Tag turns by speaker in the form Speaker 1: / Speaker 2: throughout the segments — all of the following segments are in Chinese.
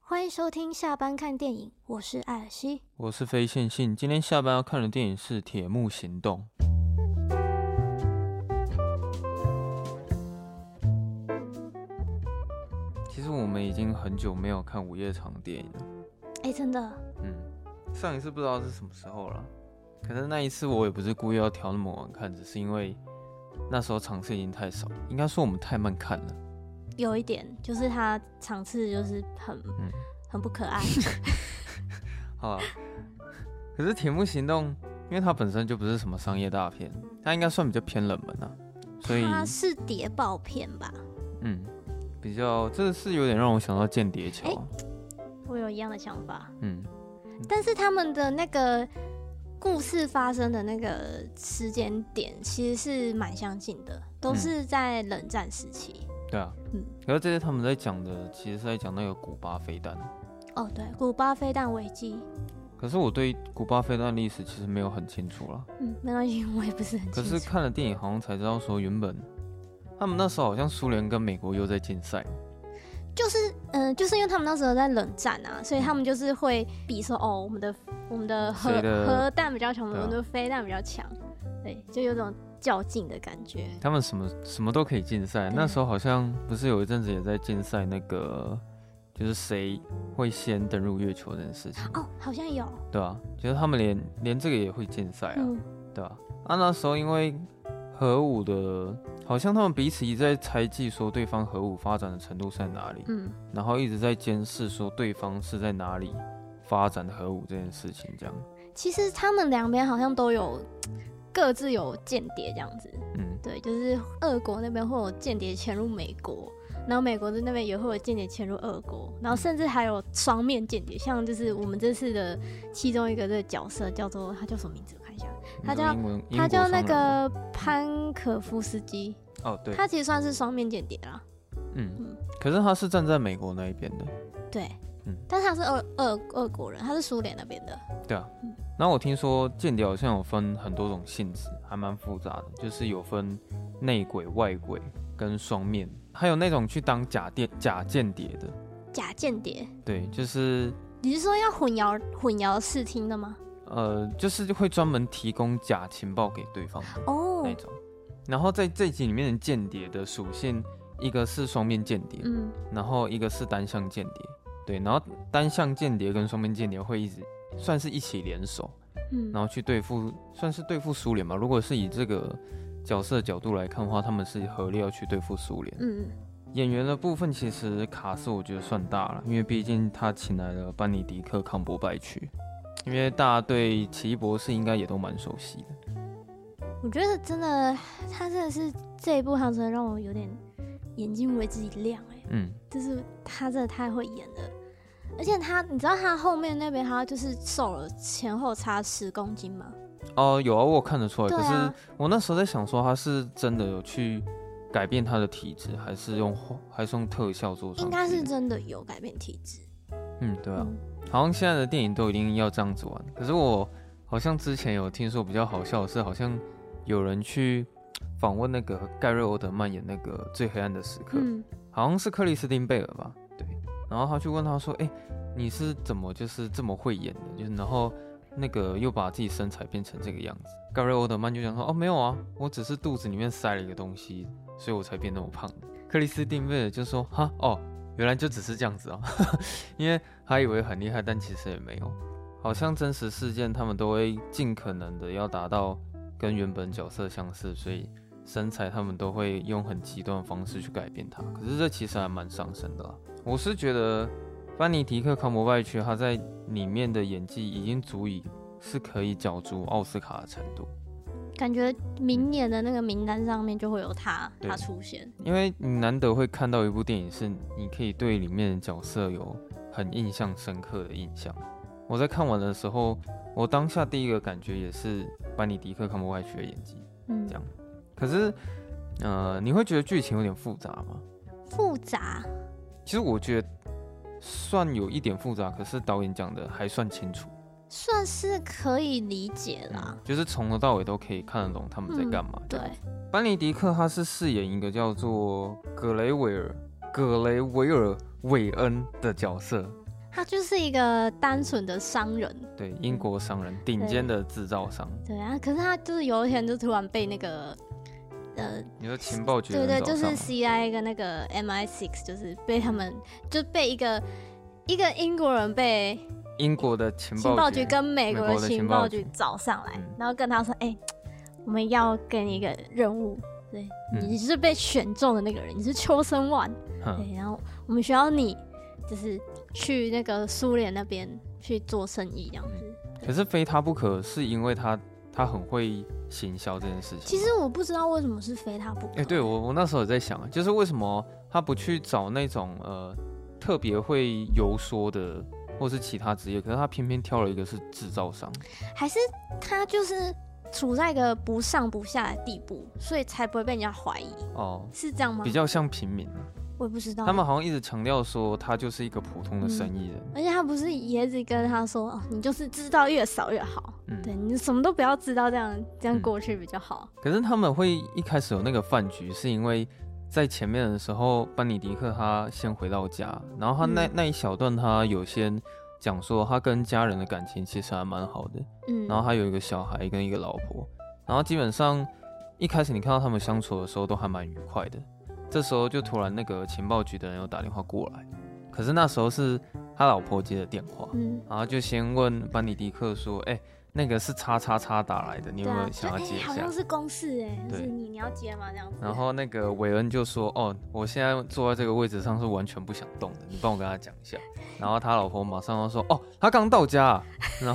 Speaker 1: 欢迎收听下班看电影，我是艾尔西。
Speaker 2: 我是非线性，今天下班要看的电影是《铁幕行动》。其实我们已经很久没有看午夜场电影了，
Speaker 1: 哎，真的，
Speaker 2: 嗯，上一次不知道是什么时候了。可是那一次我也不是故意要调那么晚看，只是因为那时候场次已经太少，应该说我们太慢看了。
Speaker 1: 有一点就是它场次就是很、
Speaker 2: 嗯
Speaker 1: 很不可爱。
Speaker 2: 好啦，可是《铁幕行动》，因为它本身就不是什么商业大片，它应该算比较偏冷门啊， 所以
Speaker 1: 它是谍报片吧？
Speaker 2: 嗯，比较这是有点让我想到《间谍桥》啊，
Speaker 1: 我有一样的想法，
Speaker 2: 嗯，
Speaker 1: 但是他们的那个故事发生的那个时间点其实是蛮相近的，都是在冷战时期。
Speaker 2: 对啊
Speaker 1: 嗯，
Speaker 2: 可是这些他们在讲的其实是在讲那个古巴飞弹，
Speaker 1: 哦，对，古巴飞弹危机。
Speaker 2: 可是我对古巴飞弹历史其实没有很清楚啦，
Speaker 1: 嗯，没关系，我也不是很
Speaker 2: 可
Speaker 1: 清
Speaker 2: 是
Speaker 1: 楚。
Speaker 2: 看了电影好像才知道说原本他们那时候好像苏联跟美国又在竞赛，
Speaker 1: 就是，嗯、就是因为他们那时候在冷战啊，所以他们就是会比说，哦，我们的我们的核
Speaker 2: 谁嗯的
Speaker 1: 核弹比较强，我
Speaker 2: 对啊
Speaker 1: 们的飞弹比较强，对，就有种较劲的感觉。
Speaker 2: 他们什么什么都可以竞赛，
Speaker 1: 嗯
Speaker 2: 那时候好像不是有一阵子也在竞赛那个就是谁会先登陆月球这件事情，
Speaker 1: 哦，好像有，
Speaker 2: 对啊，就是他们连连这个也会竞赛啊。
Speaker 1: 嗯，
Speaker 2: 对啊，啊那时候因为核武的，好像他们彼此一直在猜忌说对方核武发展的程度是在哪里，
Speaker 1: 嗯，
Speaker 2: 然后一直在监视说对方是在哪里发展核武这件事情，这样，
Speaker 1: 其实他们两边好像都有各自有间谍这样子，
Speaker 2: 嗯，
Speaker 1: 对，就是俄国那边会有间谍潜入美国，然后美国的那边也会有间谍潜入俄国，然
Speaker 2: 嗯
Speaker 1: 后甚至还有双面间谍，像就是我们这次的其中一个这个角色叫做他叫什么名字？我看一下，他
Speaker 2: 你说
Speaker 1: 叫
Speaker 2: 英文，英
Speaker 1: 他
Speaker 2: 国
Speaker 1: 叫
Speaker 2: 商
Speaker 1: 那
Speaker 2: 人吗
Speaker 1: 个潘可夫斯基，
Speaker 2: 哦对，
Speaker 1: 他其实算是双面间谍啦，
Speaker 2: 嗯
Speaker 1: 嗯，
Speaker 2: 可是他是站在美国那一边的，
Speaker 1: 对，
Speaker 2: 嗯
Speaker 1: 但是他是俄俄俄国人，他是苏联那边的，
Speaker 2: 对啊
Speaker 1: 嗯。
Speaker 2: 然后我听说间谍好像有分很多种性质，还蛮复杂的，就是有分内鬼、外鬼跟双面，还有那种去当假间假间谍的，
Speaker 1: 假间谍。
Speaker 2: 对，就是
Speaker 1: 你是说要混淆混淆视听的吗？
Speaker 2: 呃，就是会专门提供假情报给哎对方的
Speaker 1: 哦
Speaker 2: 那，种。然后在这集里面的间谍的属性，一个是双面间谍，
Speaker 1: 嗯，
Speaker 2: 然后一个是单向间谍。对，然后单向间谍跟双面间谍会一直算是一起联手，
Speaker 1: 嗯
Speaker 2: 然后去对付，算是对付苏联吧。如果是以这个角色角度来看的话，他们是合力要去对付苏联。
Speaker 1: 嗯，
Speaker 2: 演员的部分其实卡斯我觉得算大了，因为毕竟他请来了班尼迪克·康伯拜区，因为大家对奇异博士应该也都蛮熟悉的。
Speaker 1: 我觉得真的，他真的是这一部，他真的让我有点眼睛为之一亮哎、
Speaker 2: 嗯，
Speaker 1: 就是他真的太会演了，而且他，你知道他后面那边他就是瘦了前后差十公斤吗？
Speaker 2: 哦，有啊，我有看得出来。
Speaker 1: 对
Speaker 2: 可
Speaker 1: 啊
Speaker 2: 是我那时候在想说，他是真的有去改变他的体质，还是用化还是用特效做上去的？
Speaker 1: 应该是真的有改变体质。
Speaker 2: 嗯，对啊，
Speaker 1: 嗯
Speaker 2: 好像现在的电影都一定要这样子玩。可是我好像之前有听说比较好笑的是，好像有人去访问那个盖瑞·欧德曼演那个《最黑暗的时刻》。
Speaker 1: 嗯，
Speaker 2: 好像是克里斯汀贝尔吧？对。然后他去问他说：“哎、你是怎么就是这么会演的？就是然后那个又把自己身材变成这个样子。”盖瑞·欧德曼就讲说：“哦，没有啊，我只是肚子里面塞了一个东西，所以我才变那么胖的。”克里斯汀贝尔就说：“哈，哦，原来就只是这样子啊， 因为他以为很厉害，但其实也没有。好像真实事件他们都会尽可能的要达到跟原本角色相似，所以身材，他们都会用很极端的方式去改变它。可是这其实还蛮伤身的啦。我是觉得班尼迪克·康伯拜区他在里面的演技已经足以是可以角逐奥斯卡的程度，
Speaker 1: 感觉明年的那个名单上面就会有他
Speaker 2: 嗯对
Speaker 1: 他出现。
Speaker 2: 因为你难得会看到一部电影是你可以对里面的角色有很印象深刻的印象。我在看完的时候，我当下第一个感觉也是班尼迪克·康伯拜区的演技，
Speaker 1: 嗯
Speaker 2: 这，样可是，呃，你会觉得剧情有点复杂吗？
Speaker 1: 复杂。
Speaker 2: 其实我觉得算有一点复杂，可是导演讲的还算清楚，
Speaker 1: 算是可以理解啦，
Speaker 2: 就是从头到尾都可以看得懂他们在干嘛。
Speaker 1: 嗯对，
Speaker 2: 班尼迪克他是饰演一个叫做葛雷维尔、葛雷维尔·韦恩的角色，
Speaker 1: 他就是一个单纯的商人，
Speaker 2: 对，英国商人，顶尖的制造商。
Speaker 1: 对啊。可是他就是有一天就突然被那个呃，
Speaker 2: 你说情报局
Speaker 1: 对对，就是
Speaker 2: 人找上吗
Speaker 1: CIA 跟那个 MI six，就是被他们就被一个一个英国人被
Speaker 2: 英国的情
Speaker 1: 情报
Speaker 2: 局
Speaker 1: 局跟美国
Speaker 2: 美
Speaker 1: 的
Speaker 2: 国的
Speaker 1: 情
Speaker 2: 情
Speaker 1: 报
Speaker 2: 报
Speaker 1: 局
Speaker 2: 局
Speaker 1: 找上来
Speaker 2: 嗯，
Speaker 1: 然后跟他说：“哎、我们要给你一个任务，对，你是被选中的那个人，你是秋生万，
Speaker 2: 嗯
Speaker 1: 对，然后我们需要你就是去那个苏联那边去做生意这样子。
Speaker 2: 可是非他不可，是因为他他很会行销这件事情吗。
Speaker 1: 其实我不知道为什么是非他不可，
Speaker 2: 哎、对我我那时候也在想，就是为什么他不去找那种呃特别会游说的，或是其他职业，可是他偏偏挑了一个是制造商。
Speaker 1: 还是他就是处在一个不上不下的地步，所以才不会被人家怀疑，
Speaker 2: 哦，
Speaker 1: 是这样吗
Speaker 2: 比？较像平民啊，
Speaker 1: 我也不知道
Speaker 2: 他。们好像一直强调说他就是一个普通的生意人。
Speaker 1: 而且他不是也只跟他说：“哦，你就是知道越少越好。”
Speaker 2: 嗯，
Speaker 1: 对你什么都不要知道，这样这样
Speaker 2: 嗯
Speaker 1: 过去比较好。
Speaker 2: 可是他们会一开始有那个饭局，是因为在前面的时候，班尼迪克他先回到家，然后他那、
Speaker 1: 嗯
Speaker 2: 那一小段他有先讲说他跟家人的感情其实还蛮好的，
Speaker 1: 嗯，
Speaker 2: 然后他有一个小孩跟一个老婆，然后基本上一开始你看到他们相处的时候都还蛮愉快的，这时候就突然那个情报局的人又打电话过来，可是那时候是他老婆接的电话，
Speaker 1: 嗯，
Speaker 2: 然后就先问班尼迪克说，哎、那个是叉叉叉打来的，你
Speaker 1: 对
Speaker 2: 有没
Speaker 1: 啊，
Speaker 2: 有
Speaker 1: 就
Speaker 2: 想要
Speaker 1: 哎、
Speaker 2: 接一
Speaker 1: 好
Speaker 2: 下
Speaker 1: 像？是公事哎、就
Speaker 2: 对
Speaker 1: 是你你要接吗？这样子。
Speaker 2: 然后那个韦恩就说：“哦，我现在坐在这个位置上是完全不想动的，你帮我跟他讲一下。”然后他老婆马上就说：“哦，他刚到家啊。” 然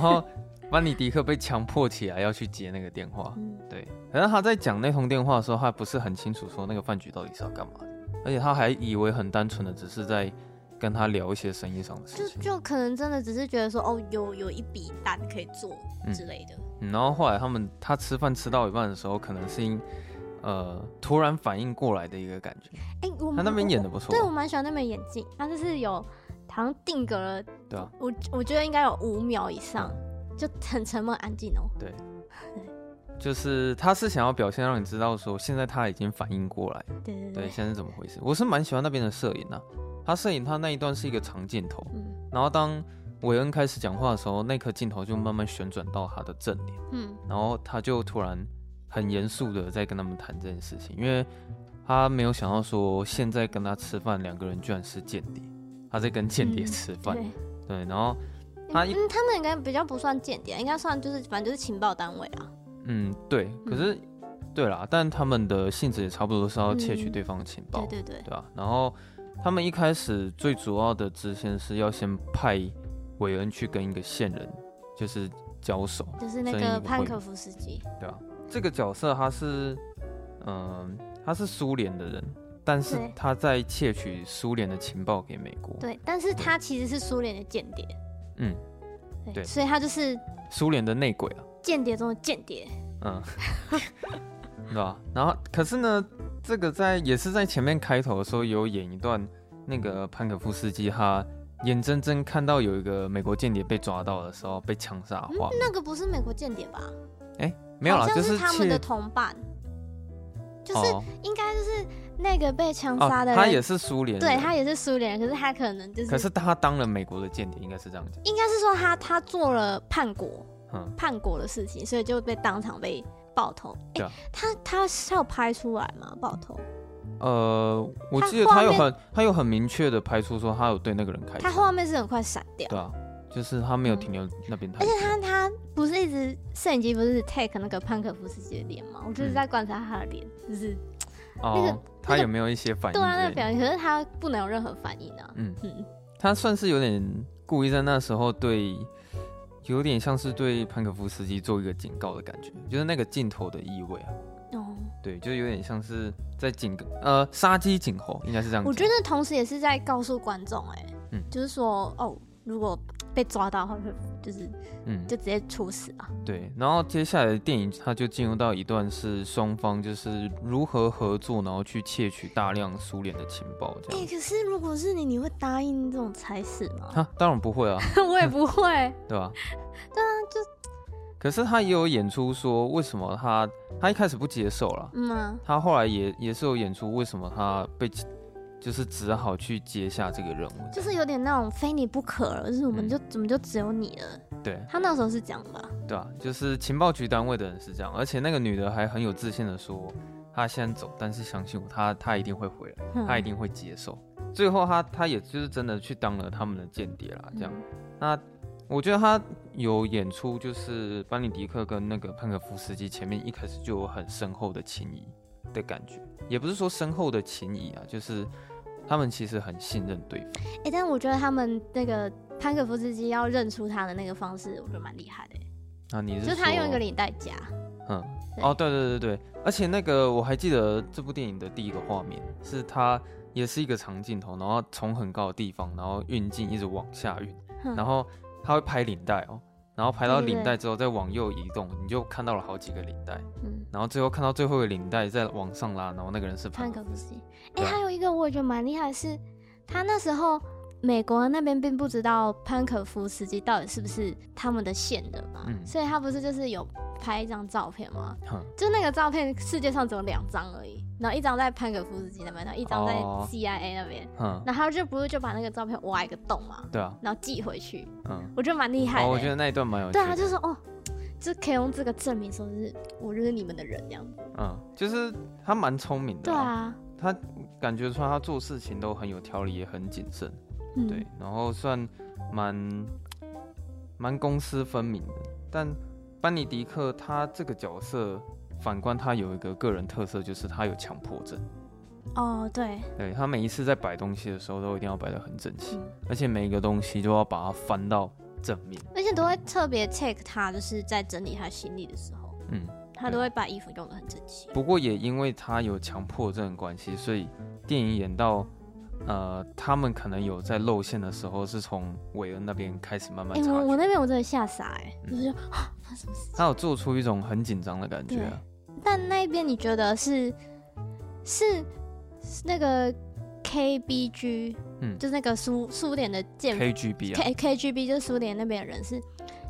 Speaker 2: 后班尼迪克被强迫起来要去接那个电话。
Speaker 1: 嗯，
Speaker 2: 对，然后他在讲那通电话的时候，他不是很清楚说那个饭局到底是要干嘛的，而且他还以为很单纯的只是在跟他聊一些生意上的
Speaker 1: 就
Speaker 2: 事情。
Speaker 1: 就可能真的只是觉得说，哦，有有一笔单可以做
Speaker 2: 嗯
Speaker 1: 之类的。
Speaker 2: 嗯然后后来他们他吃饭吃到一半的时候，可能是因呃突然反应过来的一个感觉。
Speaker 1: 哎、我
Speaker 2: 他
Speaker 1: 们
Speaker 2: 那边演
Speaker 1: 我
Speaker 2: 的不错哦
Speaker 1: 对，我蛮喜欢那边演技，他就是有好像定格了，
Speaker 2: 对啊，嗯
Speaker 1: 我我觉得应该有五秒以上，就很沉默安静哦。
Speaker 2: 就是他是想要表现让你知道说现在他已经反应过来，
Speaker 1: 对对
Speaker 2: 对，现在是怎么回事。我是蛮喜欢那边的摄影啊，他摄影他那一段是一个长镜头，
Speaker 1: 嗯
Speaker 2: 然后当韦恩开始讲话的时候，那颗镜头就慢慢旋转到他的正脸。
Speaker 1: 嗯，
Speaker 2: 然后他就突然很严肃的在跟他们谈这件事情，因为他没有想到说现在跟他吃饭两个人居然是间谍，他在跟间谍
Speaker 1: 嗯
Speaker 2: 吃饭，
Speaker 1: 对。
Speaker 2: 对，然后他一
Speaker 1: 嗯，他们应该比较不算间谍，应该算就是反正就是情报单位啊。
Speaker 2: 嗯对，可是、对啦，但他们的性质也差不多是要窃取
Speaker 1: 嗯
Speaker 2: 对方的情报，
Speaker 1: 对对对，
Speaker 2: 对吧、然后他们一开始最主要的支线是要先派韦恩去跟一个线人就是交手，
Speaker 1: 就是那
Speaker 2: 所以你
Speaker 1: 个
Speaker 2: 不
Speaker 1: 潘
Speaker 2: 会
Speaker 1: 可夫斯基。
Speaker 2: 对啊，这个角色他是，嗯、他是苏联的人，但是
Speaker 1: 对
Speaker 2: 他在窃取苏联的情报给美国。
Speaker 1: 对，但是他其实是苏联的间谍，
Speaker 2: 嗯，
Speaker 1: 对，
Speaker 2: 对
Speaker 1: 所以他就是
Speaker 2: 苏联的内鬼啊，
Speaker 1: 间谍中的间谍。
Speaker 2: 嗯，对吧、然后，可是呢，这个在也是在前面开头的时候有演一段，那个潘可夫斯基他眼睁睁看到有一个美国间谍被抓到的时候被枪杀的画面，
Speaker 1: 那个不是美国间谍吧？
Speaker 2: 没有啦
Speaker 1: 好，像
Speaker 2: 就是
Speaker 1: 他们
Speaker 2: 窃
Speaker 1: 的同伴，就是
Speaker 2: 哦
Speaker 1: 应该就是那个被枪
Speaker 2: 哦
Speaker 1: 杀的人，
Speaker 2: 他也是苏联人，
Speaker 1: 对他也是苏联人，可是他可能就是，
Speaker 2: 可是他当了美国的间谍，应该是这样讲，
Speaker 1: 应该是说他他做了叛国
Speaker 2: 嗯，
Speaker 1: 叛国的事情，所以就被当场被爆头。哎、
Speaker 2: 对啊
Speaker 1: 他他是要拍出来吗？爆头，
Speaker 2: 呃，我
Speaker 1: 他
Speaker 2: 记得
Speaker 1: 画
Speaker 2: 他有
Speaker 1: 面
Speaker 2: 很他有很明确的拍出说他有对那个人开
Speaker 1: 他
Speaker 2: 枪，
Speaker 1: 画面是很快闪掉。
Speaker 2: 对啊，就是他没有
Speaker 1: 嗯
Speaker 2: 停留那边太
Speaker 1: 而
Speaker 2: 久
Speaker 1: 且，他他不是一直摄影机不是 take 那个潘可夫斯基的脸吗？我
Speaker 2: 嗯
Speaker 1: 就是在观察他的脸，就是那个
Speaker 2: 哦，他
Speaker 1: 那个
Speaker 2: 有没有一些反应
Speaker 1: 对啊那个
Speaker 2: 之类
Speaker 1: 表
Speaker 2: 的？
Speaker 1: 情，可是他不能有任何反应啊。
Speaker 2: 嗯，
Speaker 1: 嗯，
Speaker 2: 他算是有点故意在那时候对，有点像是对潘可夫斯基做一个警告的感觉，就是那个镜头的意味啊，
Speaker 1: 哦，
Speaker 2: 对，就有点像是在警告呃杀鸡儆猴，应该是这样讲。
Speaker 1: 我觉得同时也是在告诉观众、哎、
Speaker 2: 嗯
Speaker 1: 就是说哦，如果被抓到的话，会就是
Speaker 2: 嗯，
Speaker 1: 就直接处死啊。
Speaker 2: 对，然后接下来的电影它就进入到一段是双方就是如何合作，然后去窃取大量苏联的情报这
Speaker 1: 哎、
Speaker 2: 样。
Speaker 1: 可是如果是你，你会答应这种差事吗？
Speaker 2: 哈，当然不会啊，
Speaker 1: 我也不会。
Speaker 2: 对吧、 对啊，就。可是他也有演出说，为什么他他一开始不接受啦，
Speaker 1: 嗯啊，
Speaker 2: 他后来也也是有演出为什么他被就是只好去接下这个任务。
Speaker 1: 就是有点那种非你不可了，就是我们
Speaker 2: 嗯
Speaker 1: 就怎么就只有你了。
Speaker 2: 对
Speaker 1: 他那时候是这样吧？
Speaker 2: 对啊，就是情报局单位的人是这样，而且那个女的还很有自信的说，她先走，但是相信我，她她一定会回来，
Speaker 1: 嗯
Speaker 2: 她一定会接受。最后她她也就是真的去当了他们的间谍啦，这样。
Speaker 1: 嗯
Speaker 2: 那我觉得他有演出，就是班尼迪克跟那个潘可夫斯基前面一开始就有很深厚的情谊的感觉，也不是说深厚的情谊啊，就是他们其实很信任对方。
Speaker 1: 哎、但我觉得他们那个潘可夫斯基要认出他的那个方式，我觉得蛮厉害的、
Speaker 2: 啊，你是
Speaker 1: 就是他
Speaker 2: 说
Speaker 1: 用一个领带夹，
Speaker 2: 嗯
Speaker 1: 对
Speaker 2: 哦，对对对对，而且那个我还记得这部电影的第一个画面是他也是一个长镜头，然后从很高的地方，然后运镜一直往下运，
Speaker 1: 哼
Speaker 2: 然后他会拍领带哦，然后拍到
Speaker 1: 对对对
Speaker 2: 领带之后再往右移动，你就看到了好几个领带。
Speaker 1: 嗯，
Speaker 2: 然后最后看到最后一个领带再往上拉，然后那个人是
Speaker 1: 潘
Speaker 2: 潘
Speaker 1: 可夫斯基。哎、
Speaker 2: 对啊
Speaker 1: 还有一个我也觉得蛮厉害的是，他那时候美国那边并不知道潘可夫斯基到底是不是他们的线人嘛，
Speaker 2: 嗯
Speaker 1: 所以他不是就是有拍一张照片吗？
Speaker 2: 哼
Speaker 1: 就那个照片，世界上只有两张而已，然后一张在潘可夫斯基那边，然后一张在
Speaker 2: 哦
Speaker 1: CIA 那边，
Speaker 2: 哼，
Speaker 1: 然后他就不是就把那个照片挖一个洞嘛，
Speaker 2: 对啊，
Speaker 1: 然后寄回去，
Speaker 2: 嗯，
Speaker 1: 我觉得蛮厉害的、
Speaker 2: 哦，我觉得那一段蛮有趣
Speaker 1: 对啊，
Speaker 2: 的，
Speaker 1: 就说哦，就可以用这个证明说是我就是你们的人这样子。
Speaker 2: 嗯，就是他蛮聪明的
Speaker 1: 对
Speaker 2: 啦，
Speaker 1: 啊，
Speaker 2: 感觉出来他做事情都很有条理，也很谨慎，
Speaker 1: 嗯，
Speaker 2: 对，然后算蛮蛮公私分明的。但班尼迪克他这个角色，反观他有一个个人特色，就是他有强迫症，
Speaker 1: 哦，对，
Speaker 2: 对他每一次在摆东西的时候，都一定要摆得很整齐，
Speaker 1: 嗯，
Speaker 2: 而且每一个东西都要把它翻到正面，
Speaker 1: 而且都会特别 take 他，就是在整理他行李的时候，
Speaker 2: 嗯。
Speaker 1: 他
Speaker 2: 对
Speaker 1: 都会把衣服用的很整齐。
Speaker 2: 不过也因为他有强迫症的关系，所以电影演到呃，他们可能有在露馅的时候，是从韦恩那边开始慢慢
Speaker 1: 哎、
Speaker 2: 察
Speaker 1: 我我
Speaker 2: 觉。
Speaker 1: 那边我真的吓傻哎、欸，
Speaker 2: 嗯
Speaker 1: 就是说啊，发生什么事？
Speaker 2: 他有做出一种很紧张的感觉、啊，
Speaker 1: 但那边你觉得是是是那个 KBG，
Speaker 2: 嗯
Speaker 1: 就是那个苏苏联的建
Speaker 2: KGB 啊，
Speaker 1: K KGB 就是苏联那边的人是，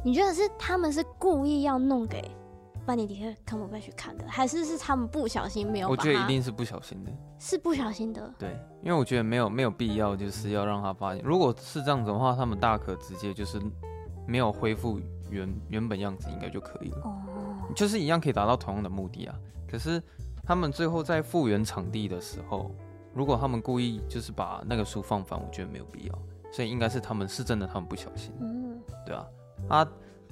Speaker 1: 你觉得是他们是故意要弄给班尼迪克康伯贝去看的，还是是他们不小心没有把
Speaker 2: 我
Speaker 1: 它？
Speaker 2: 觉得一定是不小心的，
Speaker 1: 是不小心的。
Speaker 2: 对，因为我觉得没有没有必要，就是要让他发现。如果是这样子的话，他们大可直接就是没有恢复原原本样子，应该就可以了。
Speaker 1: 哦，
Speaker 2: 就是一样可以达到同样的目的啊。可是他们最后在复原场地的时候，如果他们故意就是把那个书放反，我觉得没有必要。所以应该是他们是真的，他们不小心，
Speaker 1: 嗯，
Speaker 2: 对啊。啊，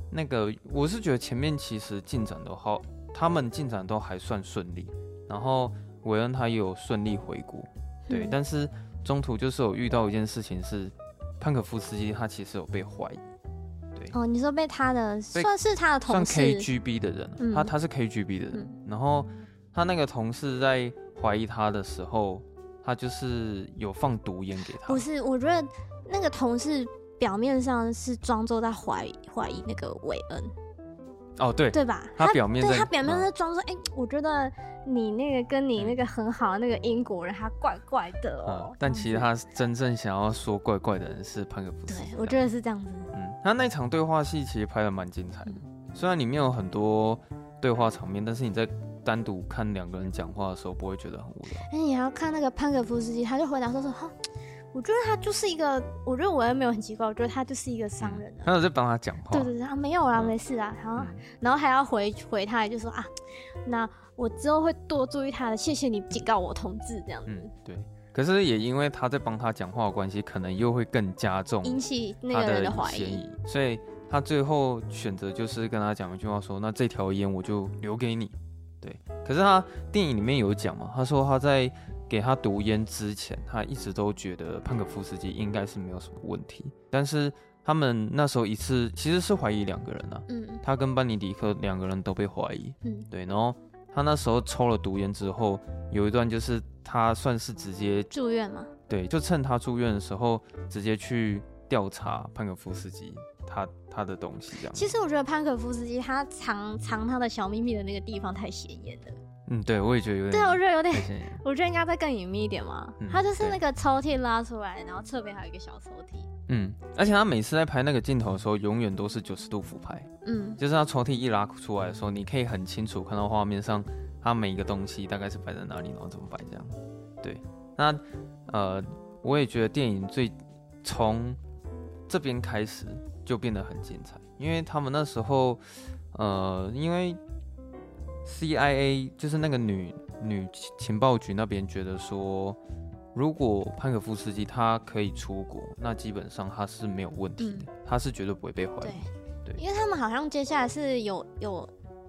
Speaker 2: 那个我是觉得前面其实进展都好，他们进展都还算顺利。然后韦恩他也有顺利回国，对。
Speaker 1: 嗯
Speaker 2: 但是中途就是有遇到一件事情是，潘可夫斯基他其实有被怀疑，
Speaker 1: 哦，你说被他的
Speaker 2: 被
Speaker 1: 算是他的同
Speaker 2: 算
Speaker 1: 事，
Speaker 2: KGB 的人，啊
Speaker 1: 嗯
Speaker 2: 他他是 KGB 的人，
Speaker 1: 嗯
Speaker 2: 然后他那个同事在怀疑他的时候，他就是有放毒烟给他
Speaker 1: 不，是？我觉得那个同事表面上是装作在怀疑怀疑那个韦恩，
Speaker 2: 哦对，
Speaker 1: 对吧？
Speaker 2: 他表面
Speaker 1: 对
Speaker 2: 在
Speaker 1: 他表面
Speaker 2: 嗯
Speaker 1: 在装说，哎、我觉得你那个跟你
Speaker 2: 嗯
Speaker 1: 那个很好的那个英国人，他怪怪的哦。
Speaker 2: 嗯，但其实
Speaker 1: 他。
Speaker 2: 他真正想要说怪怪的人是潘可夫斯基
Speaker 1: 对，
Speaker 2: 这
Speaker 1: 我
Speaker 2: 样，
Speaker 1: 觉得是这样子。
Speaker 2: 嗯，他那场对话戏其实拍的蛮精彩的，
Speaker 1: 嗯
Speaker 2: 虽然里面有很多对话场面，但是你在单独看两个人讲话的时候，不会觉得很无聊。
Speaker 1: 而哎且你还要看那个潘可夫斯基，他就回答说说，哈，我觉得他就是一个，我觉得我也没有很奇怪，我觉得他就是一个商人啊。
Speaker 2: 他有在帮他讲话，
Speaker 1: 对对对，啊，没有啦，
Speaker 2: 嗯
Speaker 1: 没事啊。然后
Speaker 2: 嗯
Speaker 1: 然后还要回回他，就说啊，那我之后会多注意他的，谢谢你警告我同志这样
Speaker 2: 嗯
Speaker 1: 子，，
Speaker 2: 对。可是也因为他在帮他讲话的关系，可能又会更加重
Speaker 1: 引起那
Speaker 2: 他
Speaker 1: 个人
Speaker 2: 的
Speaker 1: 怀
Speaker 2: 嫌
Speaker 1: 疑。
Speaker 2: 疑，所以他最后选择就是跟他讲一句话说：“那这条烟我就留给你。”对。可是他电影里面有讲嘛，他说他在给他毒烟之前，他一直都觉得潘可夫斯基应该是没有什么问题，但是他们那时候一次其实是怀疑两个人啊，
Speaker 1: 嗯
Speaker 2: 他跟班尼迪克两个人都被怀疑，
Speaker 1: 嗯，
Speaker 2: 对，然后他那时候抽了毒烟之后，有一段就是他算是直接
Speaker 1: 住院嘛，
Speaker 2: 对，就趁他住院的时候，直接去调查潘可夫斯基他他的东西这样。
Speaker 1: 其实我觉得潘可夫斯基他藏藏他的小秘密的那个地方太显眼了。
Speaker 2: 嗯，对，我也觉得有点。
Speaker 1: 对啊，我觉得有点
Speaker 2: 太显眼
Speaker 1: 我觉得应该再更隐秘一点嘛。
Speaker 2: 嗯
Speaker 1: 它就是
Speaker 2: 对
Speaker 1: 那个抽屉拉出来，然后侧边还有一个小抽屉。
Speaker 2: 嗯，而且他每次在拍那个镜头的时候，永远都是九十度俯拍，
Speaker 1: 嗯，
Speaker 2: 就是他抽屉一拉出来的时候，你可以很清楚看到画面上他每一个东西大概是摆在哪里，然后怎么摆这样。对，那呃，我也觉得电影最从这边开始就变得很精彩，因为他们那时候呃，因为 CIA 就是那个女女情报局那边觉得说，如果潘可夫斯基他可以出国，那基本上他是没有问题的，他是绝对不会被怀
Speaker 1: 对
Speaker 2: 疑。对
Speaker 1: 因为他们好像接下来是有有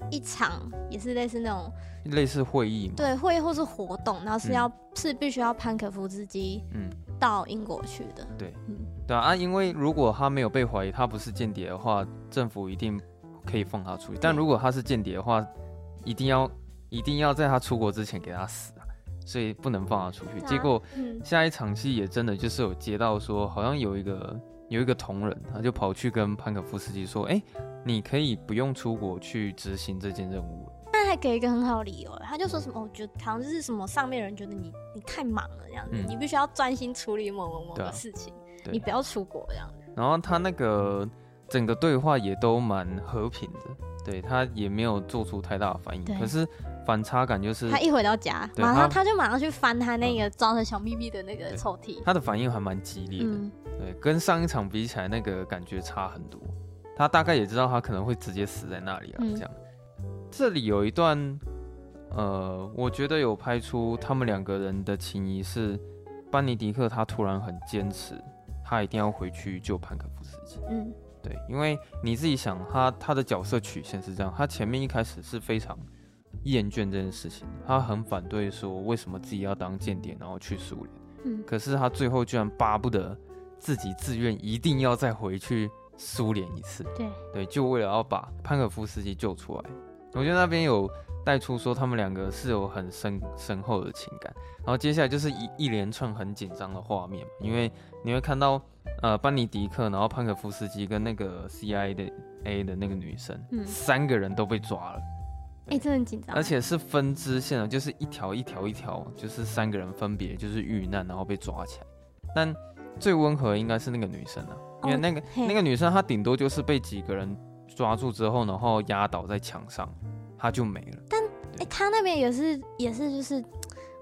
Speaker 1: 一场也是类似那种
Speaker 2: 类似会议嘛，
Speaker 1: 对会议或是活动，然后是
Speaker 2: 嗯
Speaker 1: 要、是必须要潘可夫斯基
Speaker 2: 嗯，
Speaker 1: 到英国去的，
Speaker 2: 对啊，啊因为如果他没有被怀疑他不是间谍的话，政府一定可以放他出去。但如果他是间谍的话，一定要一定要在他出国之前给他死啊，所以不能放他出去。
Speaker 1: 对啊
Speaker 2: 结果
Speaker 1: 嗯，
Speaker 2: 下一场戏也真的就是有接到说，好像有一个有一个同仁，他就跑去跟潘可夫斯基说：“哎、你可以不用出国去执行这件任务了。
Speaker 1: 那还给一个很好的理由，他就说什么，我觉得好像就是什么上面人觉得你你太忙了这样子，
Speaker 2: 嗯
Speaker 1: 你必须要专心处理某某某
Speaker 2: 对啊
Speaker 1: 个事情，
Speaker 2: 对
Speaker 1: 你不要出国这样子，
Speaker 2: 然后他那个整个对话也都蛮和平的，对他也没有做出太大的反应
Speaker 1: 对。
Speaker 2: 可是反差感就是
Speaker 1: 他一回到家，
Speaker 2: 对
Speaker 1: 马上
Speaker 2: 他嗯
Speaker 1: 他就马上去翻他那个装成小秘密的那个
Speaker 2: 对
Speaker 1: 抽屉，
Speaker 2: 他的反应还蛮激烈的，
Speaker 1: 嗯，
Speaker 2: 对，跟上一场比起来，那个感觉差很多。他大概也知道他可能会直接死在那里啊，
Speaker 1: 嗯
Speaker 2: 这样。这里有一段，呃，我觉得有拍出他们两个人的情谊是，班尼迪克他突然很坚持，他一定要回去救潘可夫斯基。
Speaker 1: 嗯，
Speaker 2: 对，因为你自己想他他的角色曲线是这样，他前面一开始是非常厌倦这件事情，他很反对说为什么自己要当间谍，然后去苏联。
Speaker 1: 嗯
Speaker 2: 可是他最后居然巴不得自己自愿一定要再回去苏联一次，
Speaker 1: 对，
Speaker 2: 对，就为了要把潘可夫斯基救出来。我觉得那边有带出说他们两个是有很深深厚的情感。然后接下来就是一一连串很紧张的画面嘛，因为你会看到呃班尼迪克，然后潘可夫斯基跟那个 CIA 的 A 的那个女生，
Speaker 1: 嗯
Speaker 2: 三个人都被抓了。
Speaker 1: 哎、真的很紧张，
Speaker 2: 而且是分支线的，就是一条一条一条，就是三个人分别就是遇难，然后被抓起来。但最温和应该是那个女生啊，因为那个、
Speaker 1: 哦嘿
Speaker 2: 那个女生她顶多就是被几个人抓住之后，然后压倒在墙上，她就没了。
Speaker 1: 哎、他那边也是也是就是，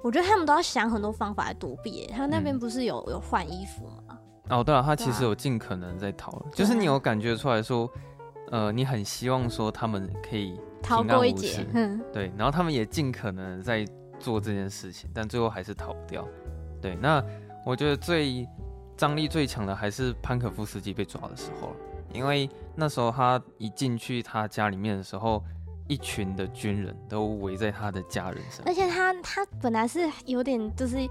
Speaker 1: 我觉得他们都要想很多方法来躲避耶。他那边
Speaker 2: 嗯
Speaker 1: 不是有、有换衣服吗？
Speaker 2: 哦，对了、她其
Speaker 1: 对啊啊
Speaker 2: 实有尽可能在逃了，就是你有感觉出来说，呃，你很希望说他们可以
Speaker 1: 逃
Speaker 2: 平安
Speaker 1: 过一
Speaker 2: 无
Speaker 1: 劫
Speaker 2: 事，
Speaker 1: 嗯，
Speaker 2: 对，然后他们也尽可能在做这件事情，但最后还是逃不掉。对，那我觉得最张力最强的还是潘可夫斯基被抓的时候了，因为那时候他一进去他家里面的时候，一群的军人都围在他的家人身
Speaker 1: 而
Speaker 2: 边。
Speaker 1: 且他他本来是有点就是，应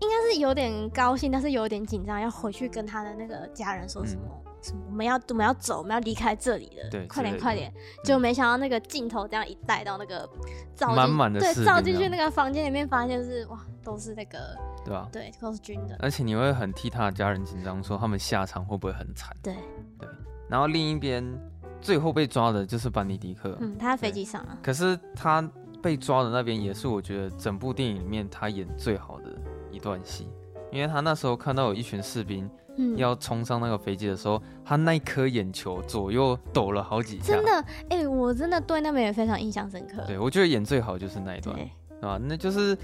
Speaker 1: 该是有点高兴，但是有点紧张，要回去跟他的那个家人说什么、什么，我们要我们要走，我们要离开这里了，
Speaker 2: 嗯对
Speaker 1: 快点
Speaker 2: 之类的嗯
Speaker 1: 快点！就没想到那个镜头这样一带到那个照进
Speaker 2: 满满的士
Speaker 1: 对
Speaker 2: 兵
Speaker 1: 照进去
Speaker 2: 啊
Speaker 1: 那个房间里面，发现是哇，都是那个
Speaker 2: 对吧？
Speaker 1: 对都是军人，
Speaker 2: 而且你会很替他的家人紧张，说他们下场会不会很惨？
Speaker 1: 对，
Speaker 2: 然后另一边最后被抓的就是班尼迪克，
Speaker 1: 嗯，他在飞机上啊，
Speaker 2: 可是他被抓的那边也是我觉得整部电影里面他演最好的一段戏，因为他那时候看到有一群士兵
Speaker 1: 嗯，
Speaker 2: 要冲上那个飞机的时候，他那一颗眼球左右抖了好几下。
Speaker 1: 真的，，哎、我真的对那边也非常印象深刻。
Speaker 2: 对我觉得演最好就是那一段，
Speaker 1: 对
Speaker 2: 啊，那就是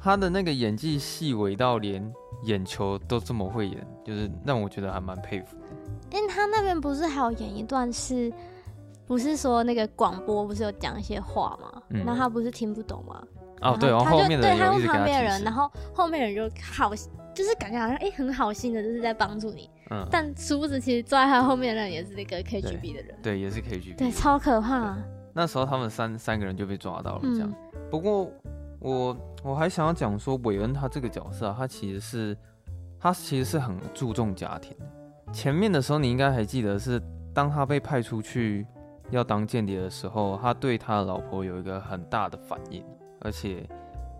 Speaker 2: 他的那个演技细微到连眼球都这么会演，就是让我觉得还蛮佩服的。
Speaker 1: 因为他那边不是还有演一段是，不是说那个广播不是有讲一些话吗？
Speaker 2: 嗯
Speaker 1: 然后他不是听不懂吗？
Speaker 2: 哦，对，然
Speaker 1: 后他
Speaker 2: 后
Speaker 1: 就
Speaker 2: 后面的
Speaker 1: 对
Speaker 2: 人
Speaker 1: 他
Speaker 2: 有一
Speaker 1: 问
Speaker 2: 直给
Speaker 1: 旁
Speaker 2: 他
Speaker 1: 边的
Speaker 2: 提
Speaker 1: 人，然
Speaker 2: 示，
Speaker 1: 后后面的人就好，就是感觉好像哎、诶很好心的，就是在帮助你，
Speaker 2: 嗯，
Speaker 1: 但殊不知其实坐在他后面的人也是那个 KGB 的人，
Speaker 2: 对，也是 KGB。
Speaker 1: 对，超可怕、
Speaker 2: 那时候他们三三个人就被抓到了，这样
Speaker 1: 嗯。
Speaker 2: 不过我我还想要讲说，韦恩他这个角色、啊，他其实是他其实是很注重家庭的。前面的时候你应该还记得是，当他被派出去要当间谍的时候，他对他的老婆有一个很大的反应，而且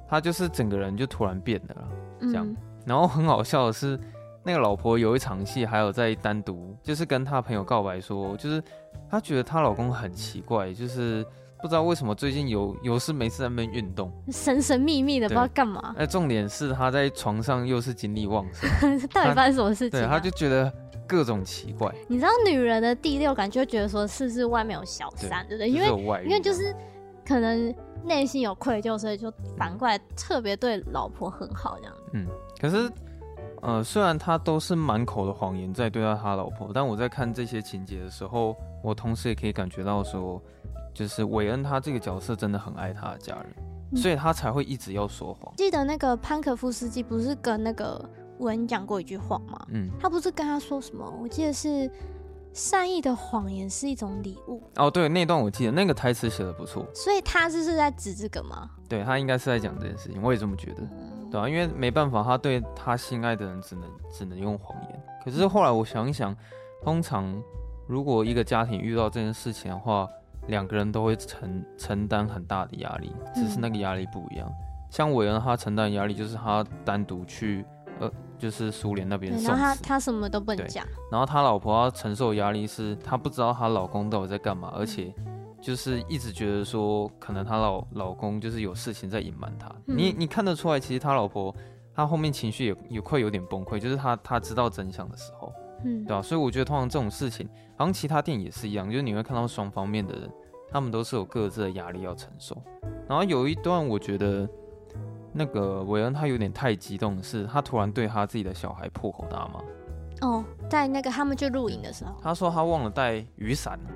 Speaker 2: 他就是整个人就突然变了啦。这样
Speaker 1: 嗯，
Speaker 2: 然后很好笑的是，那个老婆有一场戏，还有在单独就是跟她朋友告白说，就是她觉得她老公很奇怪，就是不知道为什么最近有有事没事在那边运动，
Speaker 1: 神神秘秘的，不
Speaker 2: 对
Speaker 1: 知道干嘛，
Speaker 2: 那重点是她在床上又是精力旺 盛，
Speaker 1: 到底发生什么事情、
Speaker 2: 对，
Speaker 1: 啊？
Speaker 2: 她就觉得各种奇怪，
Speaker 1: 你知道女人的第六感就会觉得说是不是外面有小三，对不对？
Speaker 2: 就
Speaker 1: 因
Speaker 2: 是
Speaker 1: 为
Speaker 2: 有外遇，
Speaker 1: 因为就是可能内心有愧疚，所以就反过来特别对老婆很好这样子。
Speaker 2: 可是，呃，虽然他都是满口的谎言在对待他老婆，但我在看这些情节的时候，我同时也可以感觉到说，就是韦恩他这个角色真的很爱他的家人，
Speaker 1: 嗯
Speaker 2: 所以他才会一直要说谎。
Speaker 1: 记得那个潘可夫斯基不是跟那个文讲过一句话吗？
Speaker 2: 嗯，
Speaker 1: 他不是跟他说什么？我记得是善意的谎言是一种礼物，
Speaker 2: 哦，对，那段我记得那个台词写的不错，
Speaker 1: 所以他是是在指这个吗？
Speaker 2: 对他应该是在讲这件事情，我也这么觉得。
Speaker 1: 嗯
Speaker 2: 对啊，因为没办法，他对他心爱的人只能只能用谎言。可是后来我想一想，通常如果一个家庭遇到这件事情的话，两个人都会承承担很大的压力，只是那
Speaker 1: 嗯
Speaker 2: 个压力不一样。像韦恩他承担的压力就是他单独去呃，就是苏联那边
Speaker 1: 对，
Speaker 2: 送
Speaker 1: 然后他
Speaker 2: 死
Speaker 1: 他什么都不能
Speaker 2: 对
Speaker 1: 讲，
Speaker 2: 然后她老婆要承受的压力是她不知道她老公到底在干嘛，而且就是一直觉得说可能她老老公就是有事情在隐瞒她。
Speaker 1: 嗯
Speaker 2: 你你看得出来，其实她老婆她后面情绪也也快有点崩溃，就是她她知道真相的时候，
Speaker 1: 嗯，
Speaker 2: 对吧、所以我觉得通常这种事情，好像其他电影也是一样，就是你会看到双方面的人，他们都是有各自的压力要承受。然后有一段我觉得。那个韦恩他有点太激动的是，他突然对他自己的小孩破口大骂，
Speaker 1: 哦，在那个他们去露营的时候，
Speaker 2: 他说他忘了带雨伞了，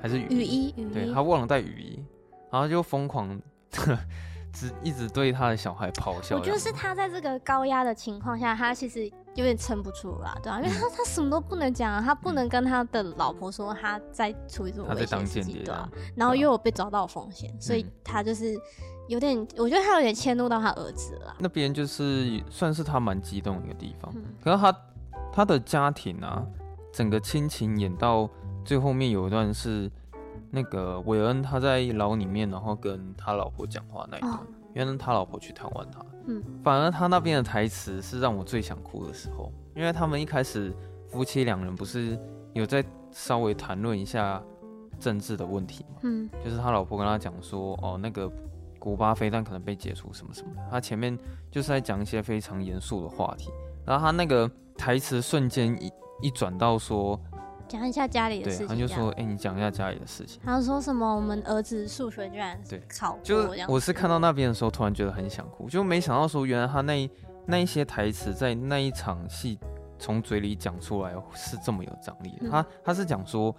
Speaker 2: 还是雨
Speaker 1: 雨？衣雨
Speaker 2: 对
Speaker 1: 衣
Speaker 2: 他，忘了带雨衣，然后就疯狂， 只一直对他的小孩咆哮。
Speaker 1: 我觉得是他在这个高压的情况下，他其实有点撑不住了啦，对啊，因为
Speaker 2: 嗯
Speaker 1: 他他什么都不能讲啊，他不能跟他的老婆说他在处于这种
Speaker 2: 他在
Speaker 1: 危险
Speaker 2: 当
Speaker 1: 的事
Speaker 2: 间
Speaker 1: 情，
Speaker 2: 谍
Speaker 1: 对啊，
Speaker 2: 这样，
Speaker 1: 然后
Speaker 2: 对啊
Speaker 1: 又有被抓到的风险，所以
Speaker 2: 嗯
Speaker 1: 他就是有点，我觉得他有点迁怒到他儿子了啦，
Speaker 2: 那边就是算是他蛮激动的一个地方。
Speaker 1: 嗯
Speaker 2: 可是他他的家庭啊，整个亲情演到最后面有一段是那个韦恩他在牢里面，然后跟他老婆讲话那一段，
Speaker 1: 哦
Speaker 2: 因为他老婆去探望他。
Speaker 1: 嗯，
Speaker 2: 反而他那边的台词是让我最想哭的时候，因为他们一开始夫妻两人不是有在稍微谈论一下政治的问题吗？
Speaker 1: 嗯
Speaker 2: 就是他老婆跟他讲说，哦，那个古巴飞弹可能被解除什么什么的。他前面就是在讲一些非常严肃的话题，然后他那个台词瞬间一一转到说，
Speaker 1: 讲一下家里的
Speaker 2: 对
Speaker 1: 事，情，
Speaker 2: 他就说，，哎、你讲一下家里的事情。
Speaker 1: 他说什么我们儿子数学居然
Speaker 2: 对
Speaker 1: 考过，
Speaker 2: 就
Speaker 1: 这
Speaker 2: 是
Speaker 1: 样
Speaker 2: 我
Speaker 1: 子
Speaker 2: 是看到那边的时候，突然觉得很想哭，就没想到说，原来他那一那一些台词在那一场戏从嘴里讲出来是这么有张力的。
Speaker 1: 嗯
Speaker 2: 他他是讲说，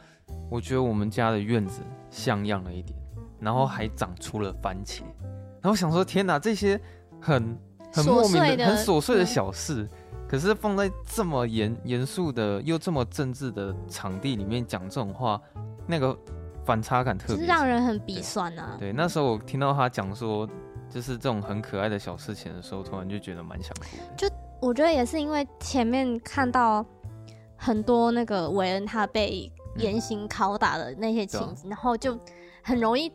Speaker 2: 我觉得我们家的院子像样了一点，然后还长出了番茄。然后我想说，天哪，这些很很莫名
Speaker 1: 琐碎的
Speaker 2: 很琐碎的
Speaker 1: 嗯
Speaker 2: 小事。可是放在这么严严肃的又这么政治的场地里面讲这种话，那个反差感特
Speaker 1: 就
Speaker 2: 别
Speaker 1: 是
Speaker 2: 强。
Speaker 1: 让人很鼻
Speaker 2: 对
Speaker 1: 酸啊，
Speaker 2: 对，那时候我听到他讲说，就是这种很可爱的小事情的时候，突然就觉得蛮想哭的。
Speaker 1: 我觉得也是因为前面看到很多那个韦恩他被严刑拷打的那些情
Speaker 2: 嗯
Speaker 1: 景，然后就很容易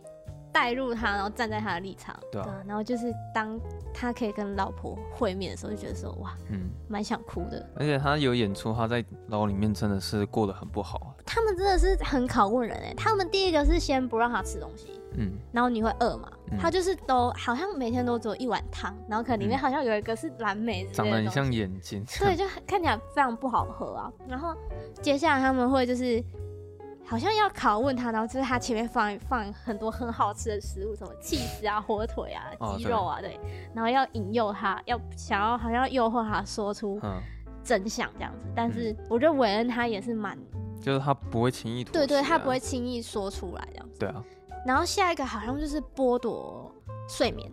Speaker 1: 带入他，然后站在他的立场，
Speaker 2: 对啊
Speaker 1: 然后就是当他可以跟老婆会面的时候，就觉得说哇，
Speaker 2: 嗯，
Speaker 1: 蛮想哭的。
Speaker 2: 而且他有演出，他在牢里面真的是过得很不好啊。
Speaker 1: 他们真的是很拷问人哎、他们第一个是先不让他吃东西，
Speaker 2: 嗯，
Speaker 1: 然后你会饿嘛？
Speaker 2: 嗯
Speaker 1: 他就是都好像每天都只有一碗汤，然后可能里面
Speaker 2: 嗯
Speaker 1: 好像有一个是蓝莓之
Speaker 2: 长
Speaker 1: 类
Speaker 2: 得
Speaker 1: 的
Speaker 2: 很
Speaker 1: 东西
Speaker 2: 像眼睛。
Speaker 1: 对，就很看起来非常不好喝啊。然后接下来他们会就是好像要拷问他，然后就是他前面放放很多很好吃的食物，什么气司啊、火腿啊
Speaker 2: 哦、
Speaker 1: 鸡
Speaker 2: 对
Speaker 1: 肉啊，对，然后要引诱他，要想要好像要诱惑他说出
Speaker 2: 嗯，
Speaker 1: 真相这样子。但是我觉得韦恩他也是蛮，
Speaker 2: 就是他不会轻易妥协、
Speaker 1: 对
Speaker 2: 啊。
Speaker 1: 对，他不会。轻易说出来这样子。
Speaker 2: 对啊，
Speaker 1: 然后下一个好像就是剥夺睡眠，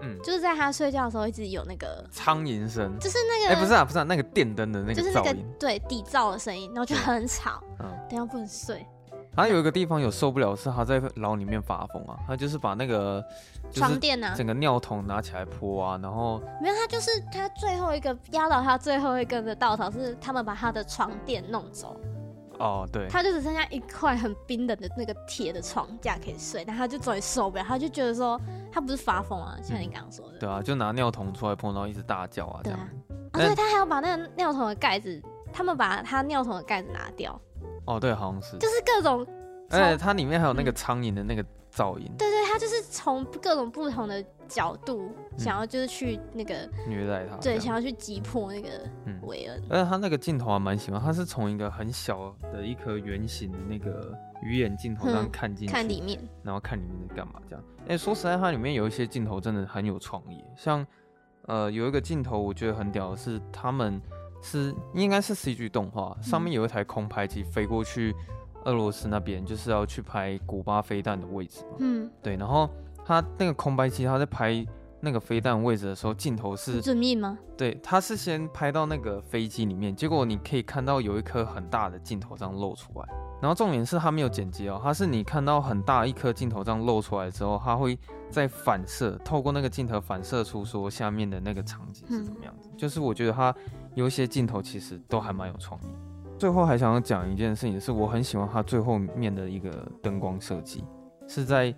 Speaker 2: 嗯，
Speaker 1: 就是在他睡觉的时候一直有那个，
Speaker 2: 苍蝇声。
Speaker 1: 就是那
Speaker 2: 哎、
Speaker 1: 个，
Speaker 2: 不是啊，不是啊，那个电灯的那
Speaker 1: 就是那
Speaker 2: 个噪
Speaker 1: 个
Speaker 2: 音。
Speaker 1: 对底噪的声音，然后就很吵，
Speaker 2: 嗯，
Speaker 1: 等一下不能睡。
Speaker 2: 他有一个地方有受不了，是他在牢里面发疯啊，他就是把那个就
Speaker 1: 床
Speaker 2: 是
Speaker 1: 垫啊，
Speaker 2: 整个尿桶拿起来泼啊，然后
Speaker 1: 没有，他就是他最后一个压倒他最后一根的稻草是他们把他的床垫弄走，
Speaker 2: 哦，对，
Speaker 1: 他就只剩下一块很冰冷的那个铁的床架可以睡，但他就终于受不了，他就觉得说他不是发疯啊，像你刚刚说的，
Speaker 2: 对啊，就拿尿桶出来碰，然后一直大叫啊，
Speaker 1: 对
Speaker 2: 这样
Speaker 1: 啊
Speaker 2: 子。
Speaker 1: 啊
Speaker 2: 但
Speaker 1: 对，他还要把那个尿桶的盖子，他们把他尿桶的盖子拿掉，
Speaker 2: 哦，对，好像是。
Speaker 1: 就是各种
Speaker 2: 哎
Speaker 1: 嗯
Speaker 2: 而且它里面还有那个苍蝇的那个噪音
Speaker 1: 对对，他就是从各种不同的角度，
Speaker 2: 嗯
Speaker 1: 想要就是去那个，
Speaker 2: 虐待他这
Speaker 1: 对，
Speaker 2: 样。
Speaker 1: 想要去击破那个
Speaker 2: 嗯
Speaker 1: 韦恩。
Speaker 2: 而且他那个镜头还蛮喜欢，他是从一个很小的一颗圆形的那个鱼眼镜头上
Speaker 1: 嗯
Speaker 2: 看进去，
Speaker 1: 看里面，
Speaker 2: 然后看里面在干嘛这样。哎、说实在，它里面有一些镜头真的很有创意，像呃有一个镜头我觉得很屌的是他们是应该是 CG 动
Speaker 1: 嗯
Speaker 2: 画，上面有一台空拍机飞过去俄罗斯那边，就是要去拍古巴飞弹的位置嘛。
Speaker 1: 嗯，
Speaker 2: 对，然后它那个空拍机它在拍那个飞弹位置的时候，镜头是
Speaker 1: 准命嗯吗？
Speaker 2: 对，他是先拍到那个飞机里面，结果你可以看到有一颗很大的镜头这样露出来。然后重点是他没有剪辑哦，他是你看到很大一颗镜头这样露出来之后，他会再反射，透过那个镜头反射出说下面的那个场景是怎么样子。就是我觉得他有一些镜头其实都还蛮有创意。最后还想要讲一件事情，是我很喜欢他最后面的一个灯光设计，是在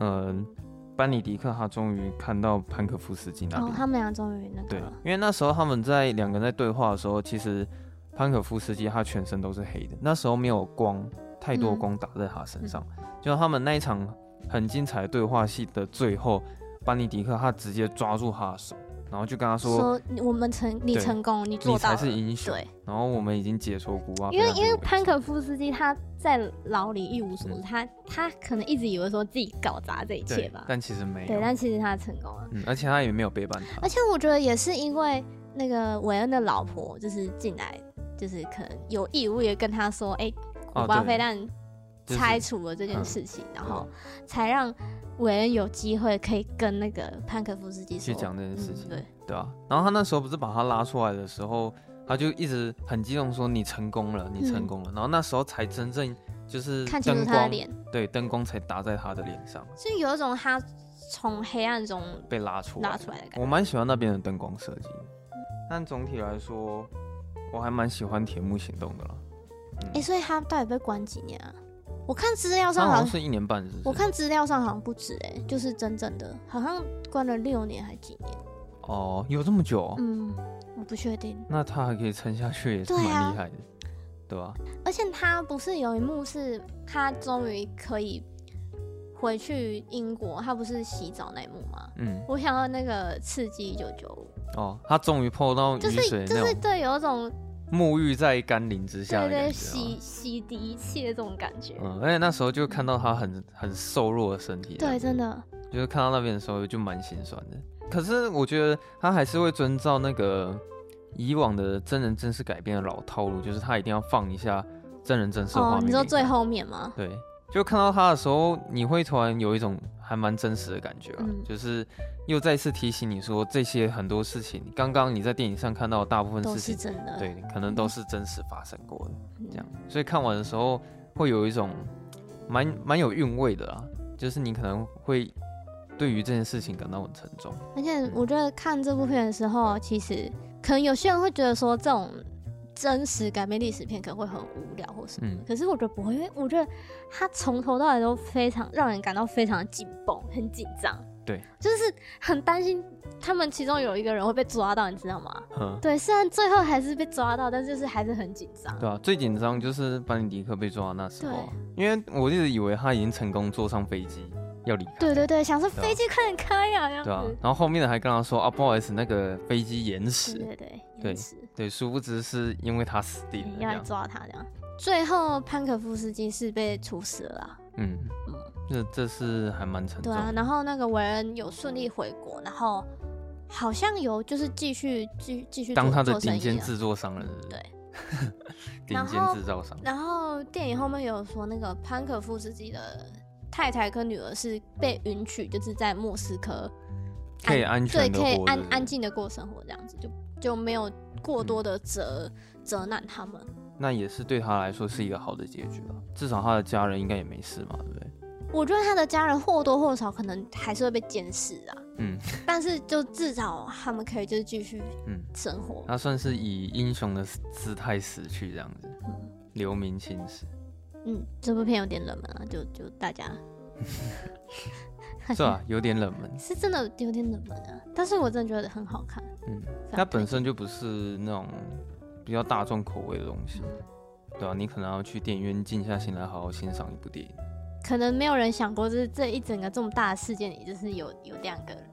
Speaker 2: 嗯、呃班尼迪克他终于看到潘可夫斯基那
Speaker 1: 哦
Speaker 2: 边，，
Speaker 1: 他们俩终于那个
Speaker 2: 对
Speaker 1: 了，，
Speaker 2: 因为那时候他们在两个人在对话的时候，其实潘可夫斯基他全身都是黑的，那时候没有光，太多
Speaker 1: 嗯
Speaker 2: 光打在他身上。就他们那一场很精彩的对话戏的最后，班尼迪克他直接抓住他的手，然后就跟他说：“
Speaker 1: 说我们成你
Speaker 2: 对
Speaker 1: 成功，你
Speaker 2: 你
Speaker 1: 做到
Speaker 2: 才
Speaker 1: 了，
Speaker 2: 是英雄。啊
Speaker 1: 对，”
Speaker 2: 然后我们已经解除古巴非
Speaker 1: 因为
Speaker 2: 难的
Speaker 1: 因为
Speaker 2: 危机
Speaker 1: 潘可夫斯基他在牢里一无所知，他他可能一直以为说自己搞砸这一切
Speaker 2: 嗯对
Speaker 1: 吧，
Speaker 2: 但其实没有。
Speaker 1: 对，但其实他成功了。
Speaker 2: 嗯，而且他也没有背叛他
Speaker 1: 而。且我觉得也是因为那个韦恩的老婆就是进来，就是可能有意无意地跟他说，哎、
Speaker 2: 哦
Speaker 1: 古巴
Speaker 2: 对
Speaker 1: 飞弹
Speaker 2: 就是嗯
Speaker 1: 拆除了这件事情，然后才让韦恩有机会可以跟那个潘可夫斯基
Speaker 2: 去
Speaker 1: 说
Speaker 2: 讲这件事情
Speaker 1: 嗯、对，
Speaker 2: 对啊，然后他那时候不是把他拉出来的时候，他就一直很激动说：“你成功了，你成功了。然后那时候才真正就是
Speaker 1: 嗯看清楚
Speaker 2: 灯
Speaker 1: 他的
Speaker 2: 光，
Speaker 1: 脸，
Speaker 2: 对，灯光才打在他的脸上，
Speaker 1: 就有一种他从黑暗中
Speaker 2: 被拉出来。
Speaker 1: 拉出来的感觉。
Speaker 2: 我蛮喜欢那边的灯光设计的，但总体来说，我还蛮喜欢《铁幕行动》的啦。嗯
Speaker 1: 哎、所以他到底被关几年啊？我看资料
Speaker 2: 他
Speaker 1: 上
Speaker 2: 好
Speaker 1: 好
Speaker 2: 像
Speaker 1: 像，
Speaker 2: 是一年半，是不是？
Speaker 1: 我看资料上好像不止哎、就是真正的，好像关了六年还几年。
Speaker 2: 哦，有这么久哦、
Speaker 1: 嗯，我不确定。
Speaker 2: 那他还可以撑下去，也是
Speaker 1: 对
Speaker 2: 蛮
Speaker 1: 啊
Speaker 2: 厉害的，对吧、
Speaker 1: 而且他不是有一幕是他终于可以回去英国，他不是洗澡那一幕吗？
Speaker 2: 嗯，
Speaker 1: 我想要那个刺激一九九五，
Speaker 2: 哦，他终于碰到雨
Speaker 1: 就是
Speaker 2: 水
Speaker 1: 就
Speaker 2: 那
Speaker 1: 是
Speaker 2: 种
Speaker 1: 对，有一种
Speaker 2: 沐浴在甘霖之下
Speaker 1: 对
Speaker 2: 的感
Speaker 1: 对
Speaker 2: 觉、啊。
Speaker 1: 洗洗涤一切这种感觉，
Speaker 2: 嗯，而且那时候就看到他很很瘦弱的身体，啊
Speaker 1: 对，，真的，
Speaker 2: 就是看到那边的时候就蛮心酸的。可是我觉得他还是会遵照那个以往的真人真事改编的老套路，就是他一定要放一下真人真事的画
Speaker 1: 哦，
Speaker 2: 面。
Speaker 1: 你说最？后面吗？
Speaker 2: 对，就看到他的时候，你会突然有一种还蛮真实的感觉啊，
Speaker 1: 嗯
Speaker 2: 就是又再次提醒你说这些很多事情，刚刚你在电影上看到的大部分
Speaker 1: 都
Speaker 2: 事
Speaker 1: 是
Speaker 2: 情，
Speaker 1: 真的，
Speaker 2: 嗯对，可能都是真实发生过的。
Speaker 1: 嗯
Speaker 2: 这样，所以看完的时候会有一种蛮蛮有韵味的啦，就是你可能会对于这件事情感到很沉重。
Speaker 1: 而且我觉得看这部片的时候，其实可能有些人会觉得说这种真实改编历史片可能会很无聊或什么的，
Speaker 2: 嗯
Speaker 1: 可是我觉得不会，因为我觉得它从头到尾都非常让人感到非常紧绷、很紧张，
Speaker 2: 对，
Speaker 1: 就是很担心他们其中有一个人会被抓到，你知道吗？
Speaker 2: 嗯，
Speaker 1: 对，虽然最后还是被抓到，但是就是还是很紧张。
Speaker 2: 对啊，最紧张就是班尼迪克被抓的那时候啊，因为我一直以为他已经成功坐上飞机要离开，
Speaker 1: 对对对，想说
Speaker 2: 对啊
Speaker 1: 飞机快点开呀、这样
Speaker 2: 对啊
Speaker 1: 子。，
Speaker 2: 然后后面的还跟他说啊，不好意思，那个飞机延
Speaker 1: 对
Speaker 2: 迟，
Speaker 1: 对对，
Speaker 2: 对
Speaker 1: 延迟
Speaker 2: 对，殊不知是因为他死定了
Speaker 1: 你
Speaker 2: 这
Speaker 1: 要来
Speaker 2: 样，
Speaker 1: 抓他这样。最后潘可夫斯基是被处死了啦。
Speaker 2: 嗯，这这是还蛮沉
Speaker 1: 对
Speaker 2: 重的，
Speaker 1: 啊，然后那个韦恩有顺利回国，然后好像有就是继续继继续做
Speaker 2: 当他的
Speaker 1: 做生
Speaker 2: 顶
Speaker 1: 意
Speaker 2: 尖
Speaker 1: 啊
Speaker 2: 制作商人，是不是
Speaker 1: 对，
Speaker 2: 顶
Speaker 1: 然
Speaker 2: 尖
Speaker 1: 后
Speaker 2: 制造商，
Speaker 1: 然后电影后面有说那个潘可夫斯基的太太跟女儿是被允许就是在莫斯科
Speaker 2: 可以安
Speaker 1: 对
Speaker 2: 全的嗯
Speaker 1: 可以
Speaker 2: 活着
Speaker 1: 安
Speaker 2: 是不是
Speaker 1: 安静的过生活这样子，就就没有过多的责、责难他们。
Speaker 2: 那也是对他来说是一个好的结局了，至少他的家人应该也没事嘛，对不对？
Speaker 1: 我觉得他的家人或多或少可能还是会被监视啊，
Speaker 2: 嗯，
Speaker 1: 但是就至少他们可以就是继续
Speaker 2: 嗯
Speaker 1: 生活。
Speaker 2: 他算是以英雄的姿态死去这样子，留名青史。
Speaker 1: 嗯，这部片有点冷门啊，就就大家
Speaker 2: 是吧？有点冷门，
Speaker 1: 是真的有点冷门啊，但是我真的觉得很好看。
Speaker 2: 嗯
Speaker 1: 非常
Speaker 2: 它本
Speaker 1: 推荐
Speaker 2: 身就不是那种比较大
Speaker 1: 嗯
Speaker 2: 众口味的东西，对啊，你可能要去电影院静下心来好好欣赏一部电影。
Speaker 1: 可能没有人想过，就是这一整个这么大的事件里，就是有有两个人，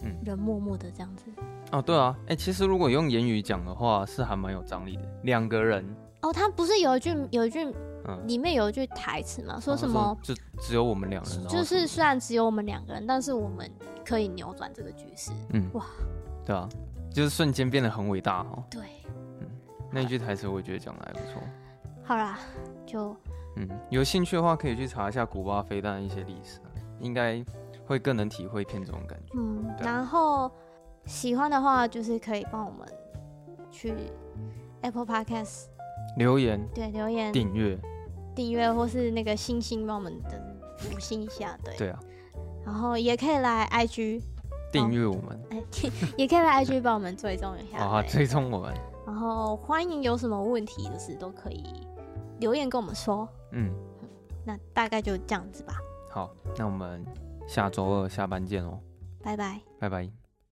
Speaker 2: 嗯
Speaker 1: 人默默的这样子。
Speaker 2: 哦，对啊，哎、其实如果用言语讲的话，是还蛮有张力的。两个人，
Speaker 1: 哦，他不是有一句有一句
Speaker 2: 嗯，
Speaker 1: 里面有一句台词嘛，说
Speaker 2: 然后
Speaker 1: 什么？
Speaker 2: 就只有我们两人，哦然后
Speaker 1: 就是
Speaker 2: 什
Speaker 1: 虽然只有我们两个人，但是我们可以扭转这个局势。
Speaker 2: 么嗯，
Speaker 1: 哇
Speaker 2: 哇，对啊，就是瞬间变得很伟大哦。
Speaker 1: 对，
Speaker 2: 那一句台词我觉得讲的还不错。
Speaker 1: 好啦，就
Speaker 2: 嗯，有兴趣的话可以去查一下古巴飞弹的一些历史啊，应该会更能体会片这种感觉。
Speaker 1: 嗯，
Speaker 2: 对啊
Speaker 1: 然后喜欢的话就是可以帮我们去 Apple Podcast
Speaker 2: 留言、
Speaker 1: 对留言
Speaker 2: 订阅，
Speaker 1: 订阅或是那个星星帮我们的嗯五星一下，对，
Speaker 2: 对啊，
Speaker 1: 然后也可以来 IG，
Speaker 2: 订阅我们，
Speaker 1: 哎， 也可以来 IG 帮我们追踪一下，
Speaker 2: 好啊，
Speaker 1: 哦对
Speaker 2: 追踪我们，
Speaker 1: 然后欢迎有什么问题就是都可以留言跟我们说，
Speaker 2: 嗯，
Speaker 1: 那大概就这样子吧，
Speaker 2: 好，那我们下周二下班见哦，
Speaker 1: 拜拜。
Speaker 2: 拜拜。